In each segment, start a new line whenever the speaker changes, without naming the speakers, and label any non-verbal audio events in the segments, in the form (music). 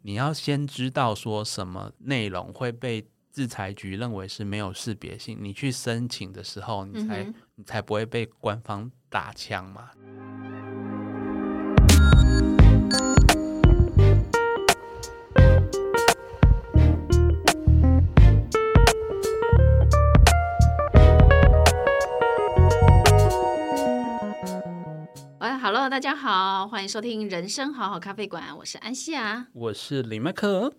你要先知道说什么内容会被制裁局认为是没有识别性，你去申请的时候，你才、
嗯哼
你才不会被官方打枪嘛。
喂，Hello，大哎家好，欢迎收听《人生好好咖啡馆》，我是安西啊。
我是李麦克。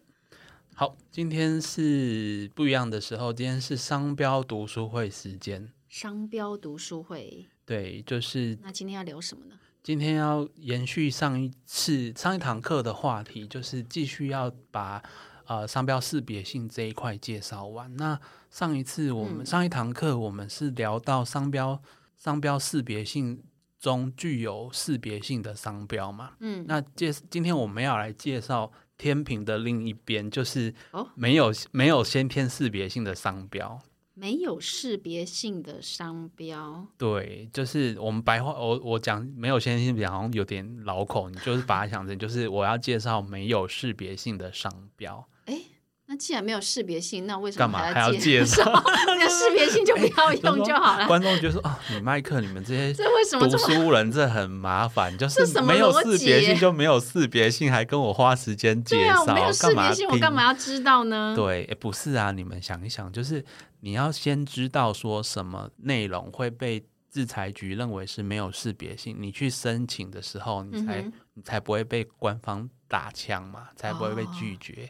好，今天是不一样的时候，今天是商标读书会时间。
商标读书会，
对，就是
那今天要聊什么呢？
今天要延续上一次上一堂课的话题，就是继续要把呃商标识别性这一块介绍完。那上一次我们、
嗯
上一堂课我们是聊到商标商标识别性中具有识别性的商标嘛？
嗯，
那介今天我们要来介绍天平的另一边，就是
哦
没有、没有先天识别性的商标。
没有识别性的商标，
对，就是我们白话，我我讲没有先天性别好像有点老口，你就是把它想成就是我要介绍没有识别性的商标，
哎，那既然没有识别性，那为什
干
么
嘛还
要
要介
绍？
绍？ (laughs)
没有识别 (laughs) 性就不要
哎就是
用
说
就好了。
观众觉得说啊，你麦克你们这些
这为什么
读
这么
书人这很麻烦，就
这
是
什么
没有
逻
识别
辑
性就没有识别性，还跟我花时间介
对啊？
绍，
我没有识
干嘛
别性，我
听
干嘛要知道呢？
对，诶不是啊，你们想一想，就是你要先知道说什么内容会被制裁局认为是没有识别性，你去申请的时候，你才、
嗯哼
你才不会被官方打枪嘛，才不会
哦
被拒绝。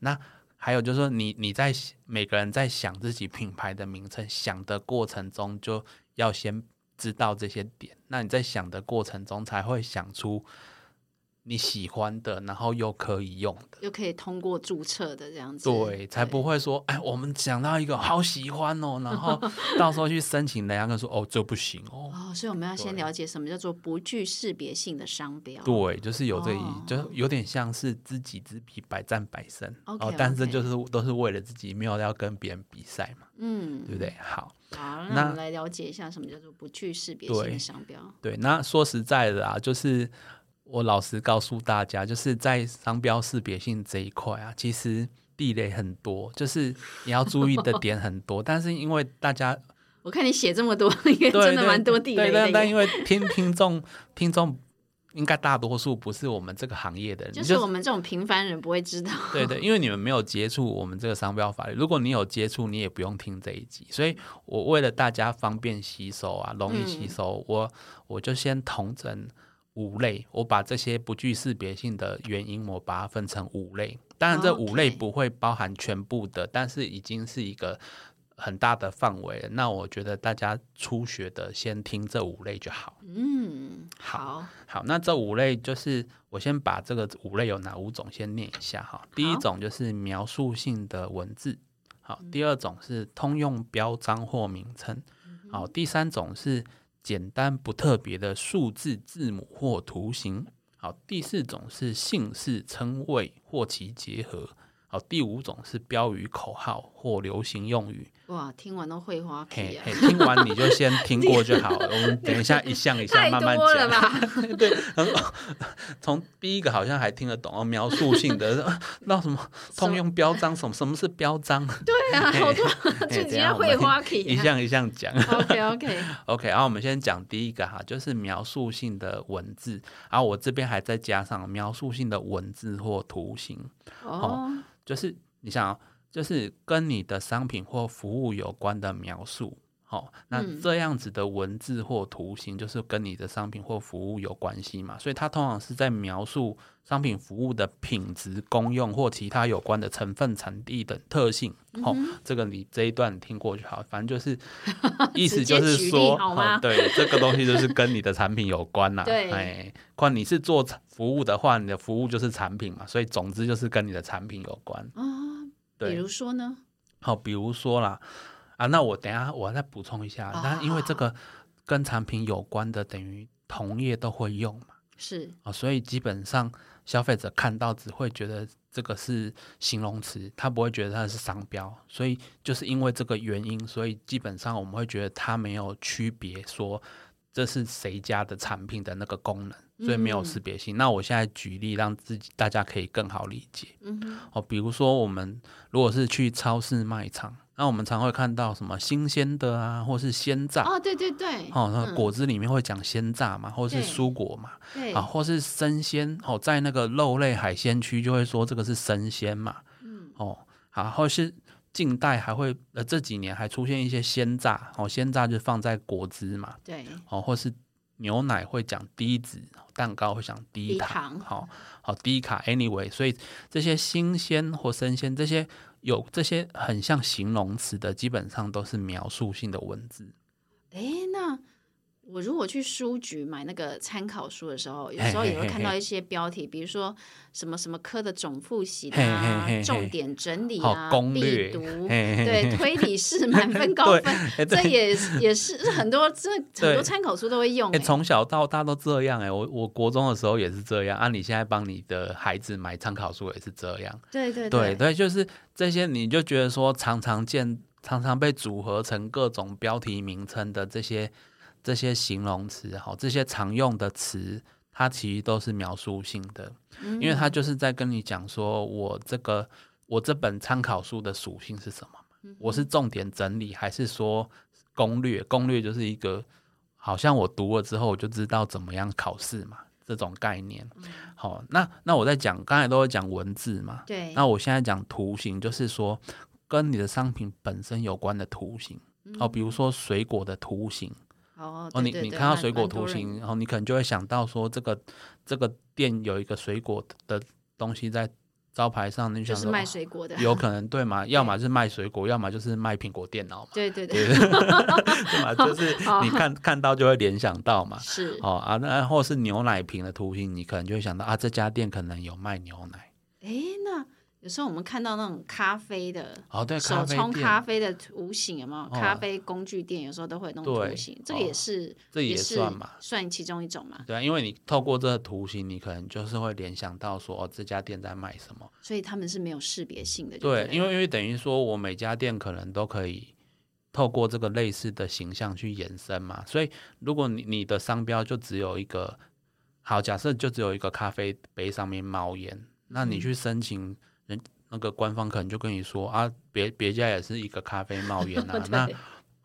那还有就是说你，你在每个人在想自己品牌的名称想的过程中，就要先知道这些点。那你在想的过程中，才会想出你喜欢的，然后又可以用的。
又可以通过注册的这样子，
对，才不会说，哎，我们想到一个好喜欢哦，然
(laughs)
后到时候去申请，人家跟说，哦，这不行哦。
哦。所以我们要先
对
了解什么叫做不具识别性的商标。
对，就是有这一，
哦
就是有点像是知己知彼，百战百胜。哦
OK，，
但是
OK
就是都是为了自己，没有要跟别人比赛嘛，
嗯，
对不对？好，
好，
那
那我们啊来了解一下什么叫做不具识别性
对
的商标。
对，那说实在的啊，就是我老实告诉大家，就是在商标识别性这一块啊，其实地雷很多，就是你要注意的点很多， (laughs) 但是因为大家
我看你写这么多，应该
对
真的
对
蛮多地雷
对，但
的
但
耶。
因为 (laughs) 听听众听众应该大多数不是我们这个行业的人，
就是我们这种平凡人不会知道。 (laughs)
对对，因为你们没有接触我们这个商标法律，如果你有接触，你也不用听这一集。所以我为了大家方便吸收啊，容易吸
嗯
收，我我就先统整五类，我把这些不具识别性的原因，我把它分成五类。当然，这五类
哦 OK
不会包含全部的，但是已经是一个很大的范围了。那我觉得大家初学的先听这五类就好。
嗯，
好
好，
好，那这五类就是我先把这个五类有哪五种先念一下哈。第一种就是描述性的文字，好，第二种是通用标章或名称，好，第三种是简单不特别的数字、字母或图形，好，第四种是姓氏、称谓或其结合，好，第五种是标语、口号或流行用语，
哇，听完都会花皮
嘿
啊，
嘿，听完你就先听过就好了，我们等一下一项一项
(laughs) 太
慢慢
多了
讲。 (laughs)
吧？
对，然后从第一个好像还听得懂哦，描述性的， (laughs) 那什么通用标章，什么什么是标章，
(laughs) 对啊，
嘿
好多
嘿
就直
等一
接
下我
会
们 (laughs)
花皮
一
啊。哦
项一项讲。(laughs)
OK OK，
OK，然后我们先讲第一个哈，就是描述性的文字，然后我这边还再加上描述性的文字或图形，
哦，
就是你想、哦，就是跟你的商品或服务有关的描述。好、那
嗯
这样子的文字或图形，就是跟你的商品或服务有关系嘛，所以它通常是在描述商品服务的品质、功用或其他有关的成分、产地等特性。
嗯
好、这个你这一段听过就好，反正就是
(laughs)
意思就
直
是
接举例
说，
好吗
哦
(laughs)
对，这个东西就是跟你的产品有关啦、
对
哎，况你是做服务的话，你的服务就是产品嘛，所以总之就是跟你的产品有关。
啊，比
对
如，说呢？
好，比如说啦，啊，那我等一下我再补充一下，
好
那
啊好
因为
好
这个跟产品有关的，等于同业都会用嘛，
是
啊，所以基本上消费者看到只会觉得这个是形容词，他不会觉得它是商标，所以就是因为这个原因，所以基本上我们会觉得它没有区别说。这是谁家的产品的那个功能，所以没有
嗯
识别性。那我现在举例让自己大家可以更好理解
嗯哼，
哦，比如说我们如果是去超市卖场，那我们常会看到什么新鲜的啊，或是鲜榨。
哦，对对对，
哦，那
嗯
果汁里面会讲鲜榨嘛，或是
对
蔬果嘛，
对
啊，，或是生鲜哦，在那个肉类海鲜区就会说这个是生鲜嘛，
嗯
哦，好，或是近代还会呃这几年还出现一些鲜榨哦，鲜榨就放在果汁嘛，
对，
哦，或是牛奶会讲低脂，蛋糕会讲低
低
糖，
糖
好好低卡，anyway，所以这些新鲜或生鲜这些有这些很像形容词的，基本上都是描述性的文字。
诶，那我如果去书局买那个参考书的时候，有时候
嘿
也会
嘿
看
嘿
到一些标题，比如说什么什么科的总复习
嘿
啊、
嘿嘿嘿
重点整理
好
啊、
攻
必
略
读，
嘿嘿
对
嘿
推理式满分高
对
分，
哎
(laughs) 这也是也是是很多这很
(laughs) 对
多参考书都会用、
哎、
欸。
从小到大都这样哎、我我国中的时候也是这样啊，你现在帮你的孩子买参考书也是这样。
对对
对对，就是这些，你就觉得说常常见、常常被组合成各种标题名称的这些这些形容词，好，这些常用的词，它其实都是描述性的，
嗯
因为它就是在跟你讲说我这个我这本参考书的属性是什么
嗯
嘛，我是重点整理还是说攻略？攻略就是一个好像我读了之后我就知道怎么样考试嘛。这种概念，
嗯
好，那那我在讲，刚才都会讲文字嘛，
对，
那哦我现在讲图形，就是说跟你的商品本身有关的图形。哦，比如说水果的图形，
嗯哦
哦，
对
你
对
你
对
看到
蛮
水果
蛮多
图
人
形，然后你可能就会想到说，这个这个店有一个水果的东西在招牌上，你就
就
想
是
说
卖
哦
水果的，
有可能对
(laughs)
吗？要么就是卖水果，要么就是卖苹果电脑嘛，(laughs)
对对对，
对对
(laughs)
嘛？就是你看看到就会联想到嘛。
哦是
哦啊，那或是牛奶瓶的图形，你可能就会想到啊，这家店可能有卖牛奶。
诶，那有时候我们看到那种咖啡的。
哦，对，咖
手
啡
冲
店
咖啡的图形有没有？
哦
咖啡工具店有时候都会弄
对
图形，这个
哦
也是，
这也
是
算嘛
算其中一种嘛。
对啊，因为你透过这个图形，你可能就是会联想到说，哦，这家店在卖什么。
所以他们是没有识别性的，
对，因
为
为因为等于说，我每家店可能都可以透过这个类似的形象去延伸嘛。所以，如果你你的商标就只有一个，好，假设就只有一个咖啡杯上面冒烟，那你去申请人那个官方可能就跟你说啊，别别家也是一个咖啡冒烟啊，那
对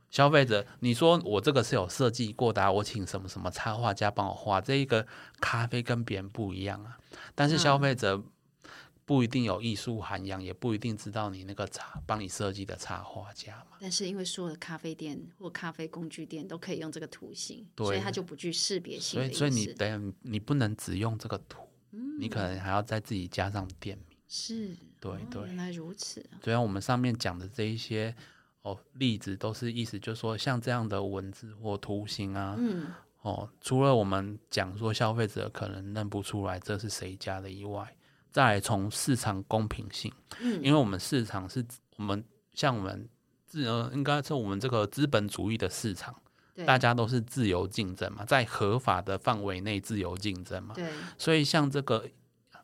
消费者，你说我这个是有设计过的、啊，我请什么什么插画家帮我画，这一个咖啡跟别人不一样啊。但是消费者不一定有艺术涵养，也不一定知道你那个插帮你设计的插画家嘛。
但是因为所有的咖啡店或咖啡工具店都可以用这个图形，
对
所以它就不具识别
所
性的
以，
意思。
所以你等下你不能只用这个图，你可能还要再自己加上店名。
是
对
哦
对
原来如此。
虽然我们上面讲的这一些哦例子，都是意思就是说，像这样的文字或图形啊，
嗯，
哦，除了我们讲说消费者可能认不出来这是谁家的以外，再来从市场公平性，
嗯
因为我们市场是我们像我们自呃，应该是我们这个资本主义的市场，
对，
大家都是自由竞争嘛，在合法的范围内自由竞争嘛，
对
所以像这个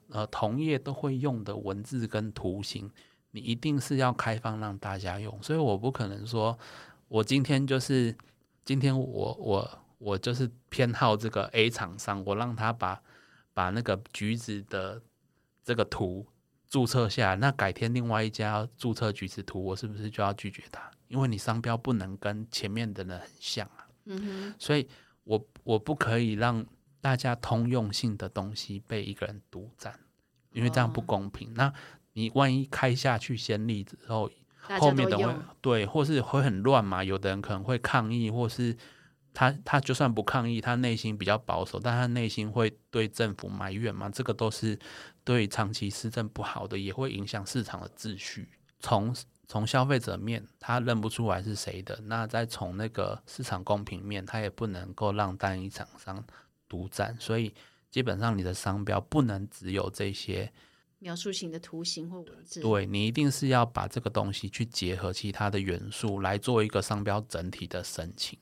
呃同业都会用的文字跟图形，你一定是要开放让大家用。所以我不可能说，我今天就是今天我我我就是偏好这个 A 厂商，我让他把把那个橘子的这个图注册下来，那改天另外一家注册橘子图，我是不是就要拒绝他？因为你商标不能跟前面的人很像啊。
嗯哼，
所以我我不可以让大家通用性的东西被一个人独占，因为这样不
哦
公平。那你万一开下去先例之后，
大
后
家
面
都
的会
用，
对，或是会很乱嘛。有的人可能会抗议，或是他他就算不抗议，他内心比较保守，但他内心会对政府埋怨嘛。这个都是对长期施政不好的，也会影响市场的秩序。从从消费者面，他认不出来是谁的，那再从那个市场公平面，他也不能够让单一厂商独占，所以基本上你的商标不能只有这些。
描述型的图形或文字。
对你一定是要把这个东西去结合其他的元素来做一个商标整体的申请。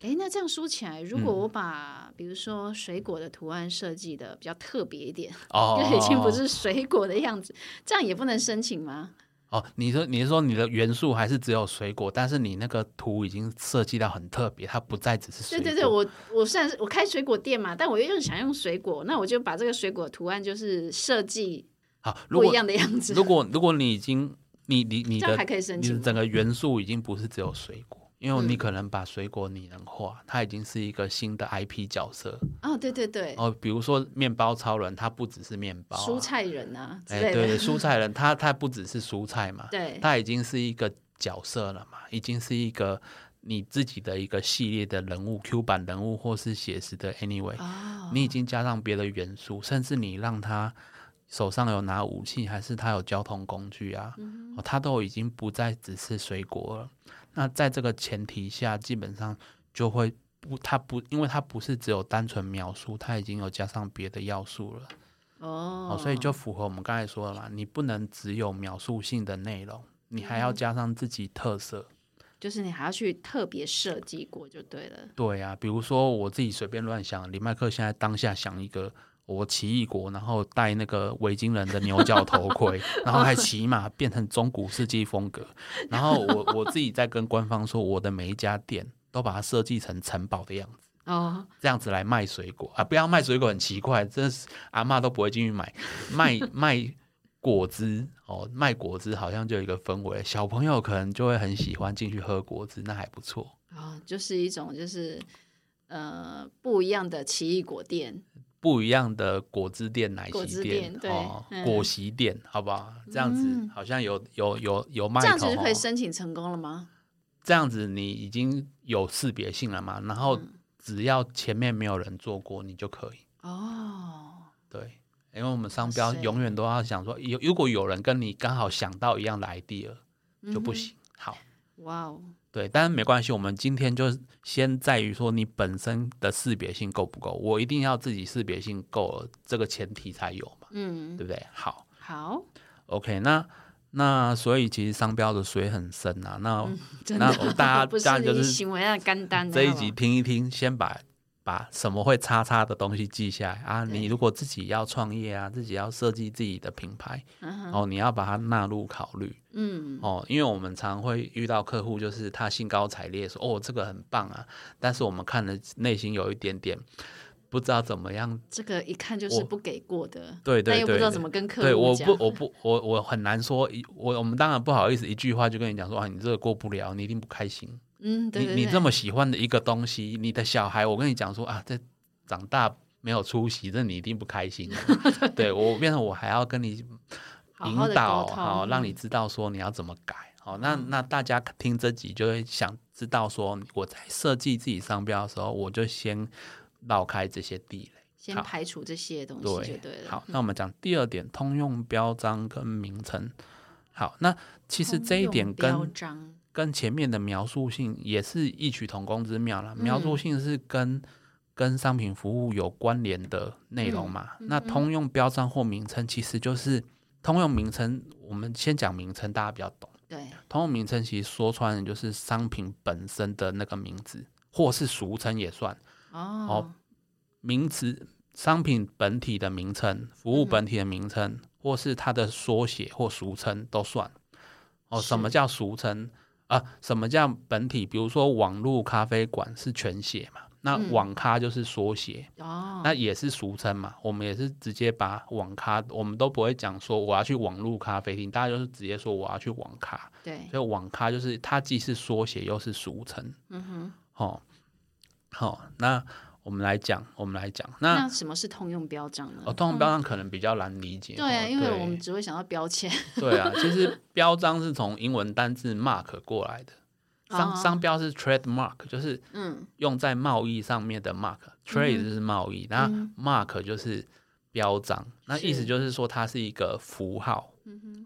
诶，那这样说起来，如果
嗯
我把比如说水果的图案设计的比较特别一点，
哦
就已经不是水果的样子，这样也不能申请吗？
哦，你说你是说你的元素还是只有水果，但是你那个图已经设计到很特别，它不再只是水果。
对对对，我我虽然是我开水果店嘛，但我又想用水果，那我就把这个水果图案就是设计
好，如
不一
果
样的样子。
如果如果你已经你你你
这样
的
还可以申
你
请
的
吗
整个元素已经不是只有水果，因为你
嗯
可能把水果拟人化，它已经是一个新的 IP 角色。
哦，对对对，
哦，比如说面包超人，它不只是面包啊、
蔬菜人啊之
哎，
类
对对，
的，
蔬菜人，他他不只是蔬菜嘛，
对
他已经是一个角色了嘛，已经是一个你自己的一个系列的人物，Q 版人物或是写实的，anyway，、
哦，
你已经加上别的元素，甚至你让他手上有拿武器，还是他有交通工具啊，
嗯
哦，他都已经不再只是水果了。那在这个前提下，基本上就会不，他不，因为他不是只有单纯描述，他已经有加上别的要素了。
哦
哦，所以就符合我们刚才说的嘛，你不能只有描述性的内容，你还要加上自己特色。
就是你还要去特别设计过就对了。
对啊，比如说我自己随便乱想，李麦克现在当下想一个。我奇异国，然后戴那个维京人的牛角头盔，然后还骑马，变成中古世纪风格。然后我我自己在跟官方说，我的每一家店都把它设计成城堡的样子。
哦，
这样子来卖水果啊！不要卖水果很奇怪，真的是阿嬷都不会进去买。
(laughs)
卖卖果汁哦，卖果汁好像就有一个氛围，小朋友可能就会很喜欢进去喝果汁，那还不错。
啊，就是一种就是呃不一样的奇异果店，
不一样的果汁店、奶
果
昔
汁
店
店对
哦，
嗯
果昔店，好不好？这样子
嗯
好像有有有有卖头、哦，
这样子就可以申请成功了吗？
这样子你已经有识别性了嘛？然后
嗯
只要前面没有人做过，你就可以。
哦，
对，因为我们商标
哇塞
永远都要想说，有如果有人跟你刚好想到一样的 idea
嗯
就不
哼。
行。好，
哇哦，
对，但是没关系，我们今天就先在于说你本身的识别性够不够，我一定要自己识别性够了，这个前提才有嘛，
嗯
对，不对？好
好，
，OK，那那所以其实商标的水很深啊，那、
真
那
的
我大家
(laughs) 不是
大家就
你
是
行为要干单的
这一
好不
集
好
听一听，先把把什么会叉叉的东西记下来啊。
对
你如果自己要创业啊，自己要设计自己的品牌，哦，你要把它纳入考虑
嗯，
哦。因为我们常会遇到客户，就是他兴高采烈说：“哦，这个很棒啊！”但是我们看了内心有一点点不知道怎么样。
这个一看就是
我
不给过的，
对
但
对
又不
对
知道
对
怎么跟客户
对，我
讲
不，我不，我我很难说，一我我们当然不好意思，一句话就跟你讲说啊，你这个过不了，你一定不开心。
嗯，对对
你你
对
这么喜欢的一个东西，你的小孩，我跟你讲说啊，这长大没有出息，这你一定不开心
(laughs)
的。对我变成我还要跟你
好
引
好的
导，
沟通，
好让你
嗯
知道说你要怎么改。好，那那大家听这集就会想知道说，我在设计自己商标的时候，我就先绕开这些地雷。
先
好
排除这些东西就
对，
对了。嗯
好，那我们讲第二点，通用标章跟名称。好，那其实这一点
通用标
跟
章
跟前面的描述性也是异曲同工之妙啦。
嗯
描述性是跟、跟商品服务有关联的内容嘛。那通用标章或名称其实就是通用名称，我们先讲名称，大家比较懂。
对，
通用名称其实说穿了就是商品本身的那个名字，或是俗称也算。
哦，
名词、商品本体的名称、服
嗯
务本体的名称，或是它的缩写或俗称都算。哦，
是
什么叫俗称啊？什么叫本体？比如说网络咖啡馆是全写嘛，那
嗯
网咖就是缩写，
哦，
那也是俗称嘛。我们也是直接把网咖，我们都不会讲说我要去网络咖啡厅，大家就是直接说我要去网咖。
对，
所以网咖就是它既是缩写又是俗称。
嗯哼。
哦，好、那我们来讲，我们来讲那。
那什么是通用标章呢？
哦，通常标章可能比较难理解。
嗯对啊，
哦
因为我们只会想到标签。
对对啊，其实标章是从英文单字 mark 过来的，商
哦
商标是 trademark，就是
嗯，
用在贸易上面的 mark，trade 就是贸易，那
嗯
mark 就是标章，那意思
是嗯
就是说它是一个符号，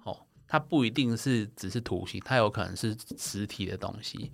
哦，它不一定是只是图形，它有可能是实体的东西。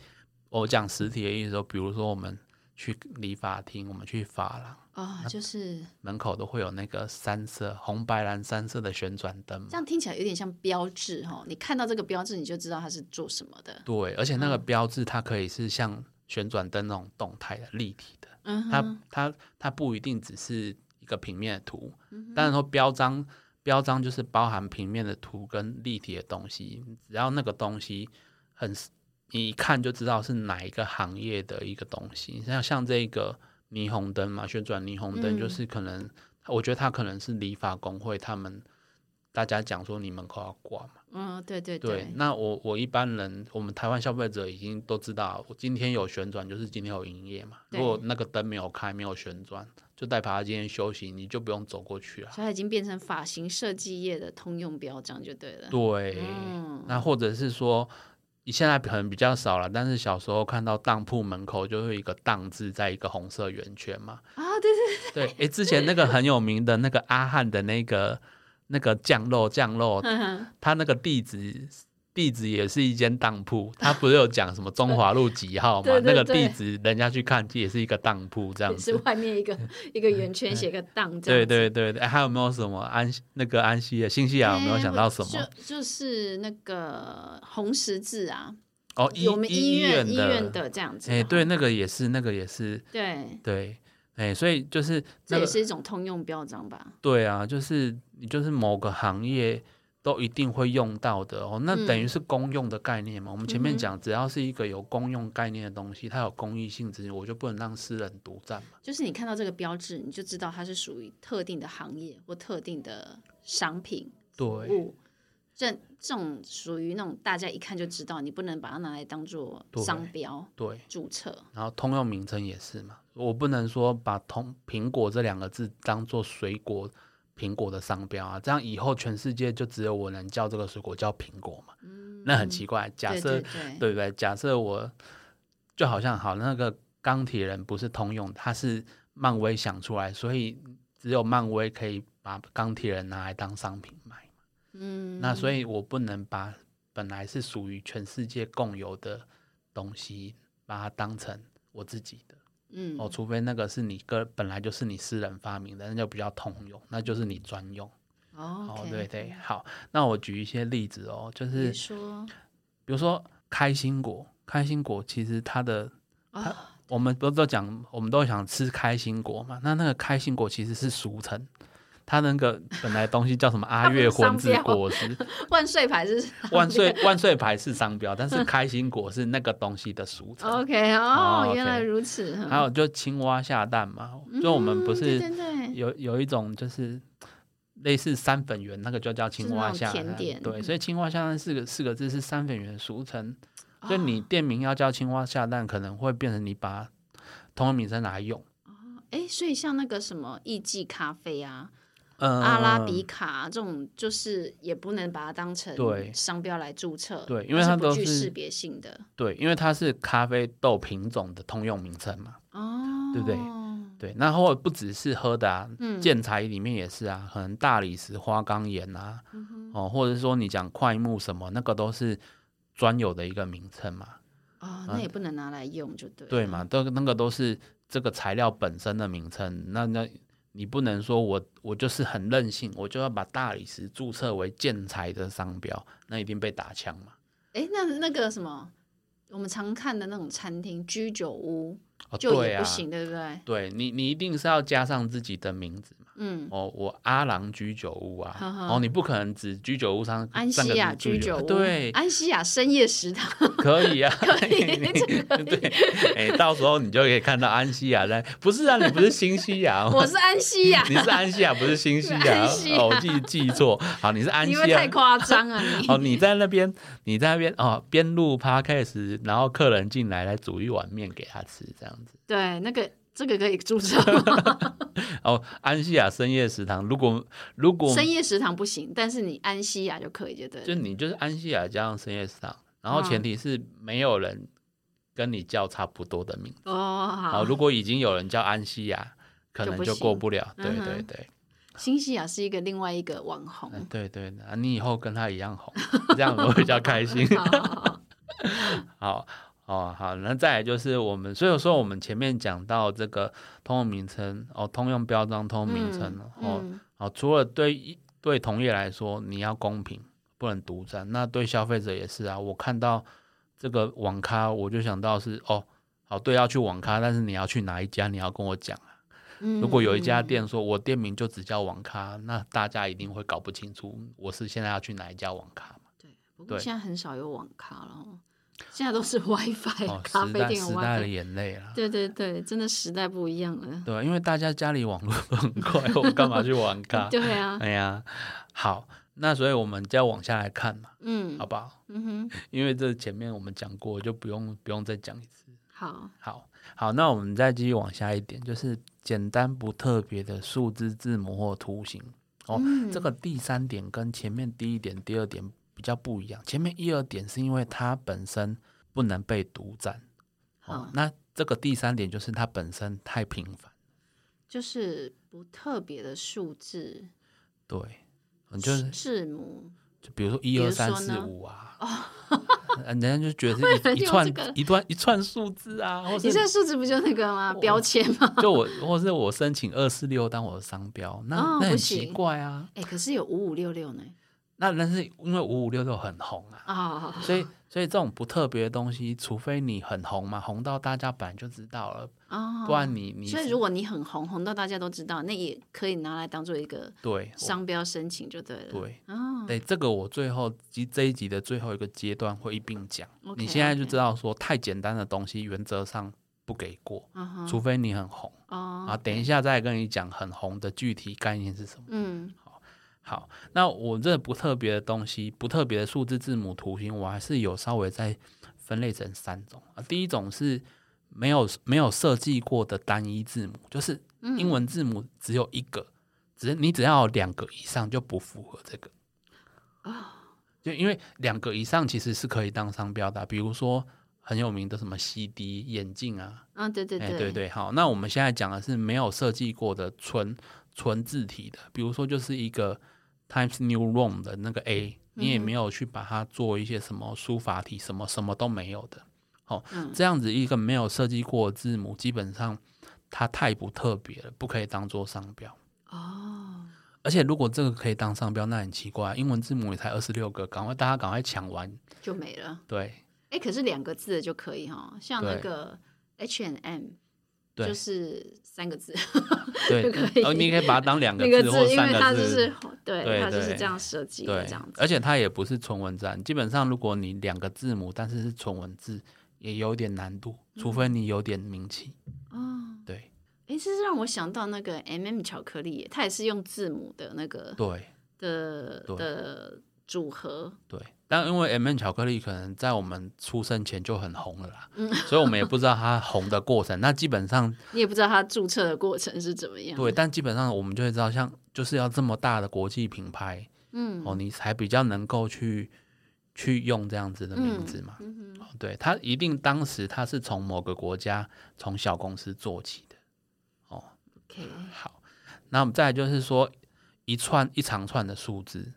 我讲实体的意思说，比如说我们去理发厅，我们去发廊。
哦，就是
门口都会有那个三色红白蓝三色的旋转灯嘛
这样听起来有点像标志哈、哦。你看到这个标志，你就知道它是做什么的。
对，而且那个标志它可以是像旋转灯那种动态的、立体的，
嗯
它
哼，
它它不一定只是一个平面的图。当然说标章。标章就是包含平面的图跟立体的东西，只要那个东西很，你一看就知道是哪一个行业的一个东西。像像这个霓虹灯嘛，旋转霓虹灯
嗯
就是可能，我觉得它可能是理发工会他们大家讲说你门口要挂嘛。
嗯，对对
对，那我我一般人，我们台湾消费者已经都知道，我今天有旋转就是今天有营业嘛。
对
如果那个灯没有开，没有旋转，就代表他今天休息，你就不用走过去啊。
所以它已经变成发型设计业的通用标章就对了。
对，
嗯
那或者是说，你现在可能比较少了，但是小时候看到当铺门口就会有一个“当”字，在一个红色圆圈嘛。
啊，对 (laughs)
对，
对
诶、之前那个很有名的那个阿汉的那个那个酱肉酱肉，
对，嗯
他那个地址地址也是一间当
(laughs)
铺，他不是有讲什么中华路几号嘛？
对对
那个
对
地址人家去看也是一个当铺这样
也是
子。
外面一个一个圆圈写个档这
对
样子。
对对，对哎还有没有什么安那个安息的新西
哎，
兰有没有想到什么？
就就是那个红十字啊，
哦，医
我们医
院
医院的这样子。啊
哎、对，那个也是，那个也是，
对，
对，哎、所以就是那
这也
个，
是一种通用标章吧？
对啊，就是你就是某个行业都一定会用到的哦。那等于是公用的概念嘛。我们前
嗯
面
哼
讲，只要是一个有公用概念的东西，它有公益性质，我就不能让私人独占嘛。
就是你看到这个标志，你就知道它是属于特定的行业或特定的商品
对，
物。这这种属于那种大家一看就知道，你不能把它拿来当做
对
商标
对，
注册。
然后通用名称也是嘛，我不能说把通苹果这两个字当做水果。苹果的商标啊，这样以后全世界就只有我能叫这个水果叫苹果嘛？那很奇怪。假
嗯对
设
对对，
对不对？假设我就好像好那个钢铁人不是通用，他是漫威想出来，所以只有漫威可以把钢铁人拿来当商品卖。
嗯，
那所以我不能把本来是属于全世界共有的东西，把它当成我自己的
嗯，
哦，除非那个是你个本来就是你私人发明的，那就比较通用，那就是你专用。
哦
哦，
，OK 嗯
对对，，好，那我举一些例子哦，就
比
是
如说
比如说开心果，开心果其实它的
啊，
我们不是都讲，我们都想吃开心果嘛？那那个开心果其实是俗称，它那个本来东西叫什么阿月魂之
(laughs)
果实，
万岁牌是
万岁万岁牌是商标，但是开心果是那个东西的俗称。
(laughs) OK
哦
哦，
，OK
原来如此。
还有就青蛙下蛋嘛，就我们不
嗯
是
对对对，
有有一种就是类似三粉圆，那个就叫青蛙下
就
蛋
是那种甜。点
对，所以青蛙下蛋四个四个字是三粉圆的俗称，所以
哦
你店名要叫青蛙下蛋，可能会变成你把同文名称拿来用。
哎，所以像那个什么意记咖啡啊、
嗯，
阿拉比卡啊这种，就是也不能把它当成
对
商标来注册，
对因为
它
它
是不
都
具
是
识别性的
对，因为它是咖啡豆品种的通用名称嘛。
哦，
对不对对，那或者不只是喝的啊，
嗯
建材里面也是啊，可能大理石、花岗岩啊，
嗯
哦，或者说你讲块木什么，那个都是专有的一个名称嘛，
哦，那也不能拿来用，就对，
啊对？嘛？都那个都是这个材料本身的名称，那那。你不能说我我就是很任性，我就要把大理石注册为建材的商标，那一定被打枪嘛？
哎，那那个什么，我们常看的那种餐厅居酒屋
哦，
就
对
也
啊
不，行，对不对？
对你你一定是要加上自己的名字嘛。
嗯，
哦，我阿郎居酒屋啊，
呵呵
哦，你不可能只居酒屋上
安
上
西
个
亚
居
居酒屋，
对，
安西亚深夜食堂，
可以啊， (laughs)
这个可以
对，哎，到时候你就可以看到安西亚在，不是啊，你不是新西亚哦，
(laughs) 我是安西亚
(laughs) ，你是安西亚，不是新西亚，
安西亚
哦，我记记错，好，你是安西
你会
亚
太。夸张啊你！
哦，你在那边，你在那边哦，边录 podcast，然后客人进来来煮一碗面给他吃，这样子。
对，那个这个可以
(laughs)
注册吗
哦，安西亚深夜食堂，如果如果
深夜食堂不行，但是你安西亚就可以，就对嗯
就
了。
你就是安西亚加上深夜食堂，然后前提是没有人跟你叫差不多的名字。
哦，
好，
好，
如果已经有人叫安西亚，可
就
能
不
就
行
过不了。对
嗯哼
对对，
新西亚是一个另外一个网红。
嗯对对，啊你以后跟他一样红，这样我比较开
(laughs)
心。
好好好
好。哦，好，那再来就是我们，所以说我们前面讲到这个通用名称哦，通用标章、通用名称、哦，
嗯
哦，除了对一对同业来说，你要公平，不能独占。那对消费者也是啊。我看到这个网咖，我就想到是哦，好对，要去网咖，但是你要去哪一家，你要跟我讲啊。
嗯
如果有一家
嗯
店说我店名就只叫网咖，那大家一定会搞不清楚我是现在要去哪一家网咖嘛。
对，不过
对
现在很少有网咖了哦，现在都是 (laughs) WiFi、
哦，
咖
时
啡
代
店有
时代的
WiFi。
眼泪啦。
对对对，真的时代不一样了。
对，啊因为大家家里网络都很快， (laughs) 我干嘛去网咖？
对啊，
哎呀，好，那所以我们再往下来看嘛，
嗯
好不好？
嗯哼，
因为这前面我们讲过，就不用不用再讲一次。
好，
好好，那我们再继续往下一点，就是简单不特别的数字字母或图形。哦，
嗯
这个第三点跟前面第一点、第二点比较不一样。前面一二点是因为它本身不能被独占，哦
好，，
那这个第三点就是它本身太频繁。
就是不特别的数字
对，嗯就是
字母，
就比如说一
如
二三
说
四
呢哦
五啊， (laughs) 人家就
(laughs)
觉得
人
是一一
用
串
这个
一段一串数字啊，或
你
是哦
这数字不就那个吗？
我
标签吗？ (laughs)
就我或是我申请二四六当我的商标，那、
哦
那
不
很
行
奇怪啊。
哎，可是有五五六六呢。
那但是因为五五六六很红啊，
啊，
所以所以这种不特别的东西，除非你很红嘛，红到大家本来就知道了，
啊，
不然你你
所以
是
如果你很红，红到大家都知道，那也可以拿来当做一个
对我
商标申请就对了。
哦对
哦，
对，这个我最后及这一集的最后一个阶段会一并讲。
OK，
你现在就
OK
知道说太简单的东西原则上不给过，
嗯哼，
除非你很红。
哦
啊，等一下再跟你讲很红的具体概念是什么。
嗯
好，那我这不特别的东西，不特别的数字、字母、图形，我还是有稍微再分类成三种啊。第一种是没有没有设计过的单一字母，就是英文字母只有一个，只是你只要有两个以上就不符合这个。
啊，
就因为两个以上其实是可以当商标的啊、比如说很有名的什么 CD 眼镜啊，
啊，对对
哎，
对
对对，好，那我们现在讲的是没有设计过的纯纯字体的，比如说就是一个 Times New Roman 的那个 A，你也
嗯哼
没有去把它做一些什么书法体，什么什么都没有的。好、
嗯
这样子一个没有设计过的字母，基本上它太不特别了，不可以当做商标。
哦，
而且如果这个可以当商标，那很奇怪，啊英文字母也才二十六个，赶快大家赶快抢完。
就没了。
对
哎，可是两个字的就可以哈，像那
对
个 H and M。
对
就是三个字， (laughs)
对，
就可以
哦，你也可以把它当两
那
个
个
字
字
或，
因
三
为它
个
就
字，
是对，
对
它就是
对
这样设计的
对
这样，子。
而且它也不是纯文字啊，基本上如果你两个字母，但是是纯文字，也有点难度，除
嗯
非你有点名气。
哦，
对
哎，这是让我想到那个 M、m 巧克力耶，它也是用字母的那个
对
的
对
的组合，
对，但因为 M、M 巧克力可能在我们出生前就很红了啦，
嗯
所以我们也不知道它红的过程。那基本上
你也不知道它注册的过程是怎么样。
对，，但基本上我们就会知道，像就是要这么大的国际品牌
嗯，
哦，你才比较能够去去用这样子的名字嘛。
嗯哼，
哦对，它一定当时它是从某个国家从小公司做起的。哦
，OK，
好，那我们再来就是说一串一长串的数字，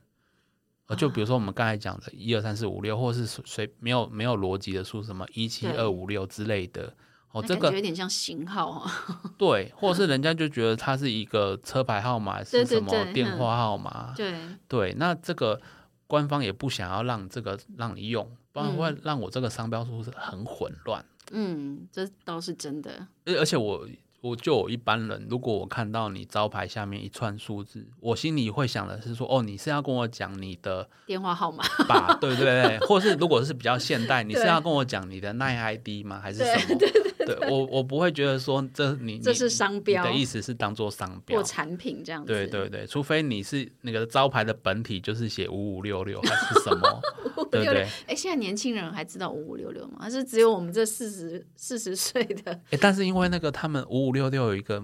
呃，就比如说我们刚才讲的一二三四五六，或是随随没有没有逻辑的数，什么一七
对
二五六之类的。哦，
那
这
感觉
个
有点像型号
(laughs)
哈、
对，或是人家就觉得它是一个车牌号码，是
对对
什么
对
电
嗯
话号码？
对，
对，那这个官方也不想要让这个让你用，不然会让我这个商标数是很混乱。
嗯，这倒是真的。
而而且我我就有一般人，如果我看到你招牌下面一串数字，我心里会想的是说，哦，你是要跟我讲你的
电话号码，
吧，对不对？或是如果是比较现代，你是
对
要跟我讲你的 Nine ID 吗？还是什么？对我我不会觉得说这你
这
你
是商
你
标
的意思是当做商标
或。产品这样子。
对对对，除非你是那个招牌的本体就是写五五六六还是什么，
(laughs) 五五
对
六
不
六
对？，
哎，现在年轻人还知道五五六六吗？还是只有我们这四十四十岁的？
诶但是因为那个他们五五六六有一个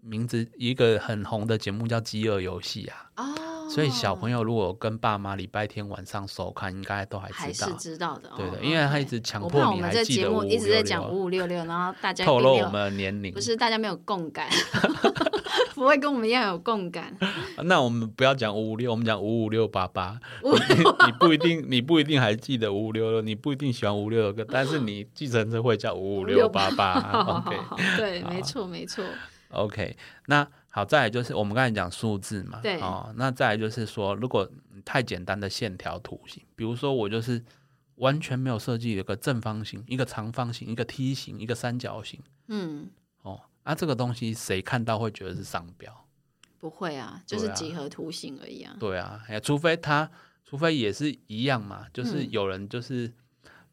名字，一个很红的节目叫《饥饿游戏》啊，
哦，
所以小朋友如果跟爸妈礼拜天晚上收看，应该都还
还
知
是
道。
知道的，
对的，
哦
因为他
OK
一直强
我怕
迫
我
你
们
还
这
记
节
得
目
五
一
六
直在讲
六，
五五六六，然后大家
透
并
露
没有
我们的年龄
不。是大家没有共感， (laughs) 不会跟我们一样有共感。
那我们不要讲五五六，我们讲五五六八
(laughs)
八。你你不一定，你不一定还记得五五六六，你不一定喜欢五五六六个，但是你计程车会叫五五六八
好好
八。
好
啊
(laughs)
OK
好，对，没错没错，
OK，那好，再来就是我们刚才讲数字嘛，
对
哦，那再来就是说，如果太简单的线条图形，比如说我就是完全没有设计有个正方形、一个长方形、一个梯形、一个三角形，
嗯，
哦，啊，这个东西谁看到会觉得是商标？
不会啊，就是
对啊
几何图形而已啊。
对啊，哎呀，除非他，除非也是一样嘛，就是
嗯
有人就是，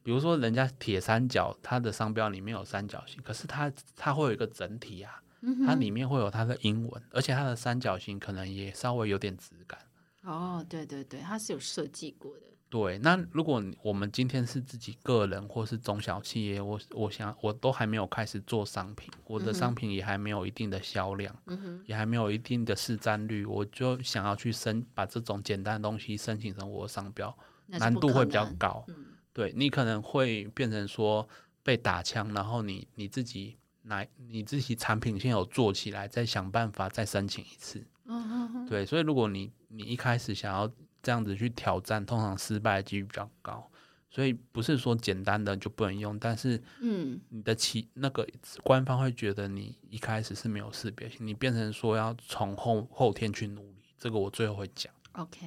比如说人家铁三角，它的商标里面有三角形，可是它它会有一个整体啊，
嗯哼
它里面会有它的英文，而且它的三角形可能也稍微有点质感。
哦，对对对，它是有设计过的。
对，那如果你我们今天是自己个人或是中小企业，我我想我都还没有开始做商品，我的商品也还没有一定的销量，
嗯哼，
也还没有一定的市占率，我就想要去申把这种简单的东西申请成我的商标，
那是
难
不
度
可
会比较
能。
高。
嗯
对你可能会变成说被打枪，然后你你自己来，你自己产品先有做起来，再想办法再申请一次。
嗯哼哼
对，所以如果你你一开始想要这样子去挑战，通常失败的几率比较高。所以不是说简单的就不能用，但是
嗯，
你的其那个呃官方会觉得你一开始是没有识别性，你变成说要从后后天去努力。这个我最后会讲。
OK，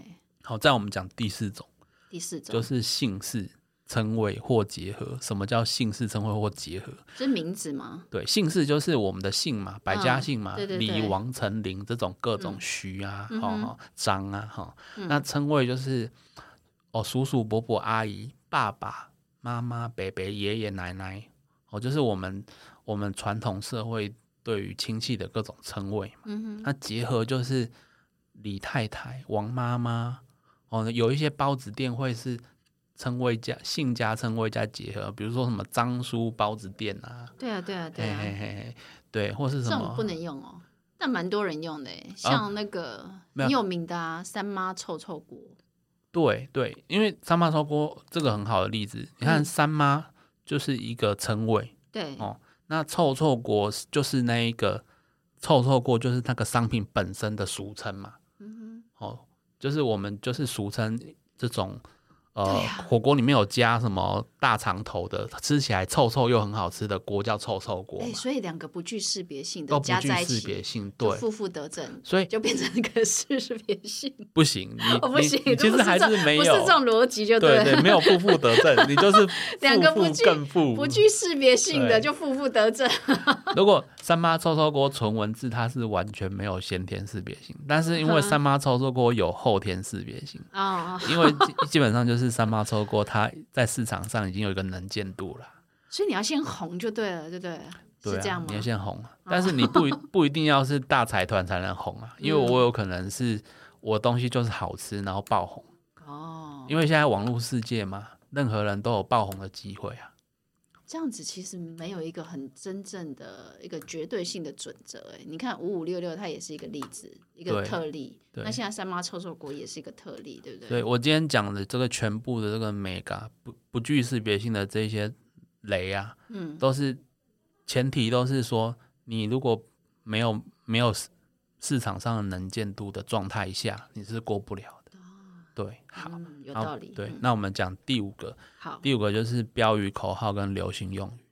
好，在我们讲第四种。
第四种
就、是姓氏、称谓或结合。什么叫姓氏、称谓或结合？
是名字吗？
对，姓氏就是我们的姓嘛，百家姓嘛，
嗯对对对
李、王、陈、林这种各种徐啊、
嗯
哈、
嗯哼
哈张啊、哈、
嗯
那称谓就是哦，叔叔、伯伯、阿姨、爸爸妈妈、伯伯、爷爷、奶奶，哦，就是我们我们传统社会对于亲戚的各种称谓。
嗯哼，
那结合就是李太太、王妈妈，哦，有一些包子店会是称谓加姓加称谓加结合，比如说什么张叔包子店啊，
对啊对啊对
嘿
啊，
嘿嘿嘿，对，或是
这
什
种
么啊
不能用哦。但蛮多人用的诶，像那个
没有
很有名的啊，三妈臭臭锅，
对对，因为三妈烧锅这个很好的例子，你看
嗯
三妈就是一个称谓，
对，
哦那臭臭锅就是那一个臭臭锅就是那个商品本身的俗称嘛，
嗯
哦，就是我们就是俗称这种呃、
对啊
火锅里面有加什么大肠头的，吃起来臭臭又很好吃的锅叫臭臭锅
哼，哎，
嘛，
所以两个不具识别性的
都不
加
具
在一
识别
起，
性，
就
对，
负负得正，
所以
就变成一个识别性。
不行，
(laughs)
你、
哦，不
你
行，
你
这
其
不
实还
这
没
不是
有
这种逻辑就
对
了，
对，没有负负得正，你就是
(laughs) 两个
负
不
负
具
更负，
(laughs) 不具识别性的
对
就负负得正。
如果三妈臭臭锅纯文字，它是完全没有先天识别性，但是因为三妈臭臭锅有后天识别性，
哦，
因为基 (laughs) 基本上就是三妈臭臭锅，它在市场上已经有一个能见度了。
所以你要先红就对了，对不对？
对
是这样
啊
吗，哦
你要？先红啊，但是你不一不一定要是大财团才能红啊，因为
嗯
我有可能是我东西就是好吃，然后爆红，
哦，
因为现在网络世界嘛，任何人都有爆红的机会啊。
这样子其实没有一个很真正的一个绝对性的准则。哎，你看五五六六它也是一个例子，一个
对
特例。
对
那现在三妈臭臭锅也是一个特例，对不嗯对？
对我今天讲的这个全部的这个美感，不不具识别性的这些雷啊，
嗯，
都是前提都是说，你如果没有没有市市场上的能见度的状态下，你是过不了的。对，好，
嗯，哦有
好
道理。
对
嗯，哦
那我们讲第五个，
好，
第五个就是标语、口号跟流行用语。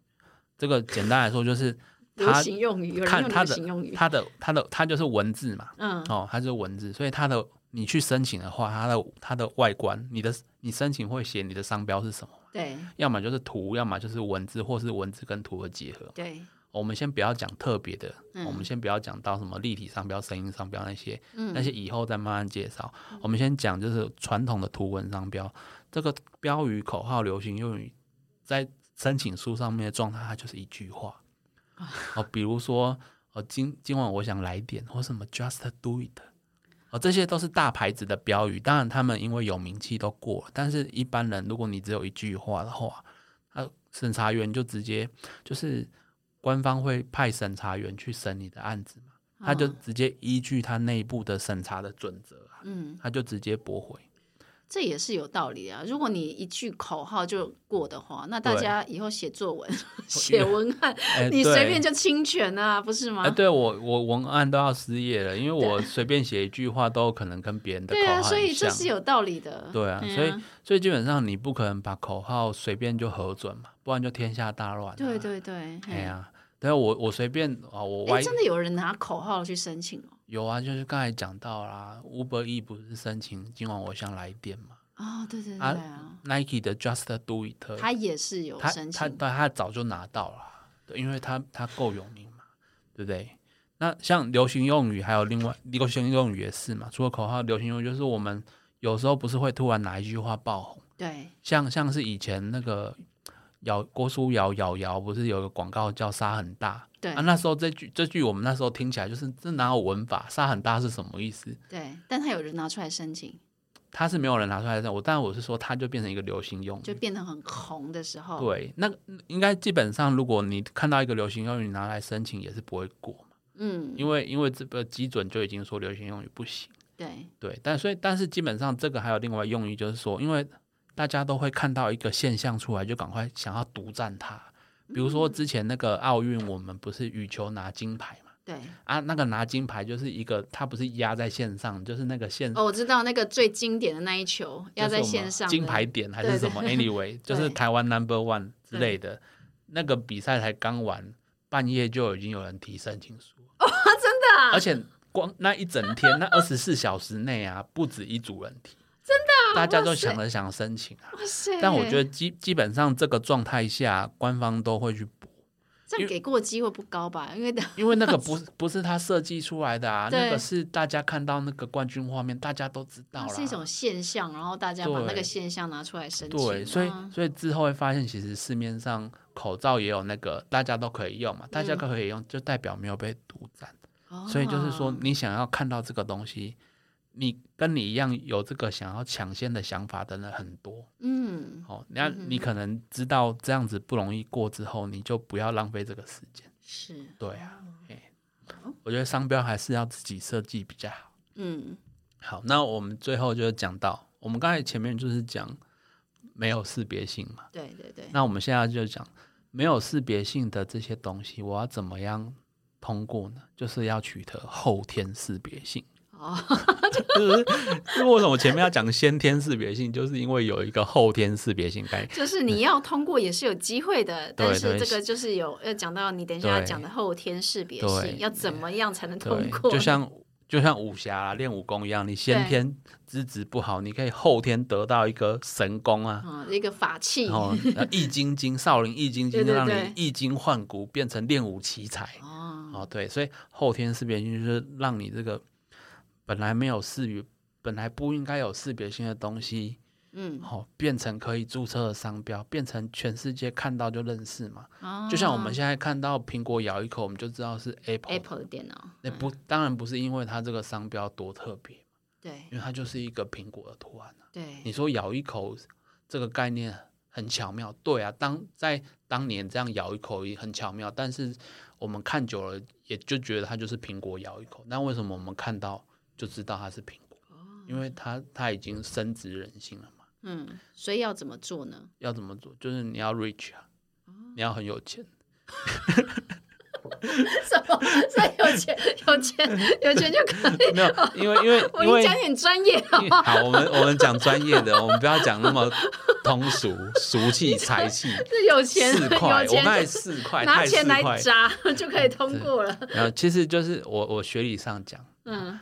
这个简单来说就是
流
它
行用语，有人
看
用
它
流
的
行用
(laughs)
语。
它的它的它就是文字嘛，
嗯，
哦，它就是文字，所以它的你去申请的话，它的它的外观，你的你申请会写你的商标是什么，
对
要么就是图，要么就是文字，或是文字跟图的结合。
对，
我们先不要讲特别的，
嗯
我们先不要讲到什么立体商标、声音商标那些，
嗯
那些以后再慢慢介绍。我们先讲就是传统的图文商标，这个标语、口号、流行用语，在申请书上面的状态，它就是一句话。
啊
哦，比如说，哦，今今晚我想来点，或什么 Just Do It，哦，这些都是大牌子的标语。当然，他们因为有名气都过了，但是一般人如果你只有一句话的话，那审查员就直接就是官方会派审查员去审你的案子嘛，他就
哦
直接依据他内部的审查的准则啊，
嗯。
他就直接驳
(laughs)
回。
这也是有道理啊。如果你一句口号就过的话，那大家以后写作
(laughs)
文、写文案，
哎
你随便
就。
就侵权啊，不是吗？
哎，对我我文案都要失业了，因为我随便写一句话都有可能跟别人的口
对
号
啊，
很
所以这
像
是有道理的。嗯
对啊，所以所以基本上你不可能把口号随便就核准嘛，不然就天下大乱、啊。
对，对对，
哎
嘿
呀、但是我我随便啊、我
哎，
歪
真的有人拿口号去申请哦。
有啊，就是刚才讲到啦，Uber E 不是申请今晚我想来电嘛
哦，对对对
啊
对啊，
，Nike 的 Just Do It，
他也是有
他
申
他
请。
他他早就拿到了，对因为他他够有名嘛。对不对？那像流行用语，还有另外流行用语也是嘛，除了口号，流行用语就是我们有时候不是会突然哪一句话爆红，
对，
像像是以前那个姚郭书瑶瑶瑶，不是有个广告叫“杀很大”
对
啊？那时候这句这句我们那时候听起来就是这哪有文法？“杀很大”是什么意思？
对，但他有人拿出来申请，
它是没有人拿出来的。我但我是说，它就变成一个流行用语
就。变得很红的时候，
嗯对，那个应该基本上，如果你看到一个流行用语，你拿来申请也是不会过嘛，
嗯，
因为因为这个基准就已经说流行用语不行。
对，
对，但所以但是基本上这个还有另外用意，就是说，因为大家都会看到一个现象出来，就赶快想要独占它。比如说之前那个奥运，我们不是羽球拿金牌嘛？
对。
啊，那个拿金牌就是一个，它不是压在线上，就是那个线
哦，我知道那个最经典的那一球要
就是
在
我们
线上的
金牌点还是
对
什么？Anyway，就是
(laughs) 对
台湾 Number One 之类的，那个比赛才刚完，半夜就已经有人提申请书，
(laughs) 真的啊、
而且光那一整天那二十四小时内啊，不止一组人提，
啊
真的大家都想了想申请啊。
哇塞！
但我觉得基基本上这个状态下，官方都会去补，
这样给过的机会不高吧，因为
因为那个
(laughs)
不是不是他设计出来的啊，
对
那个是大家看到那个冠军画面，大家都知道
它
了。
是一种现象，然后大家把
对
那个现象拿出来申请啊。
对，所以所以之后会发现，其实市面上口罩也有那个大家都可以用嘛，大
嗯
家都可以用，就代表没有被独占。所以就是说
哦，，
你想要看到这个东西，你跟你一样有这个想要抢先的想法的人很多
嗯，
哦。那你可能知道这样子不容易过之后，你就不要浪费这个时间。
是，
对啊，
哦
哎，我觉得商标还是要自己设计比较好。
嗯，
好，那我们最后就讲到，我们刚才前面就是讲没有识别性嘛。
对对对，
那我们现在就讲没有识别性的这些东西，我要怎么样通过呢？就是要取得后天识别性。 (laughs)
哦，
就是就是为什么前面要讲先天识别性，就是因为有一个后天识别性概念。
就是你要通过也是有机会的，但
对
是这个就是有要讲到你等一下要讲的后天识别
对
性，要怎么样才能通
对
过？，
就像就像武侠啊、练武功一样，你先
对
天资质不好，你可以后天得到一个神功啊。
嗯，一个法器
然后
(laughs)
呃易筋经，少林易筋经就
哦对对
让你
对
易筋换骨，变成练武奇才。
哦，
哦，对，所以后天识别性就是让你这个本来没有识别、本来不应该有识别性的东西，
嗯，
哦，变成可以注册的商标，变成全世界看到就认识嘛。
哦
就像我们现在看到苹果咬一口，我们就知道是 Apple，
Apple 的电脑，
那不当然不是因为它这个商标多特别，
对
因为它就是一个苹果的图案啊、
对
嗯你说咬一口这个概念很巧妙，对啊，当在当年这样咬一口也很巧妙，但是我们看久了也就觉得它就是苹果咬一口。那为什么我们看到就知道它是苹果？
哦
因为它它已经深植人心了嘛。
嗯，所以要怎么做呢？
要怎么做？就是你要 rich 啊，
哦
你要很有钱。
(laughs) 什么？所以有钱有钱有钱就可
(laughs)
以？
没有，因为因为
(laughs) 我
因为
你讲点专业好
因为
不好？
好，我们我们讲专业的，我们不要讲那么通俗、俗气、财气。
是有钱
四块，
有
我刚才
钱
四块，
拿
太四
钱来
块。
砸就可以通过了。
然后其实就是我我学理上讲，
嗯，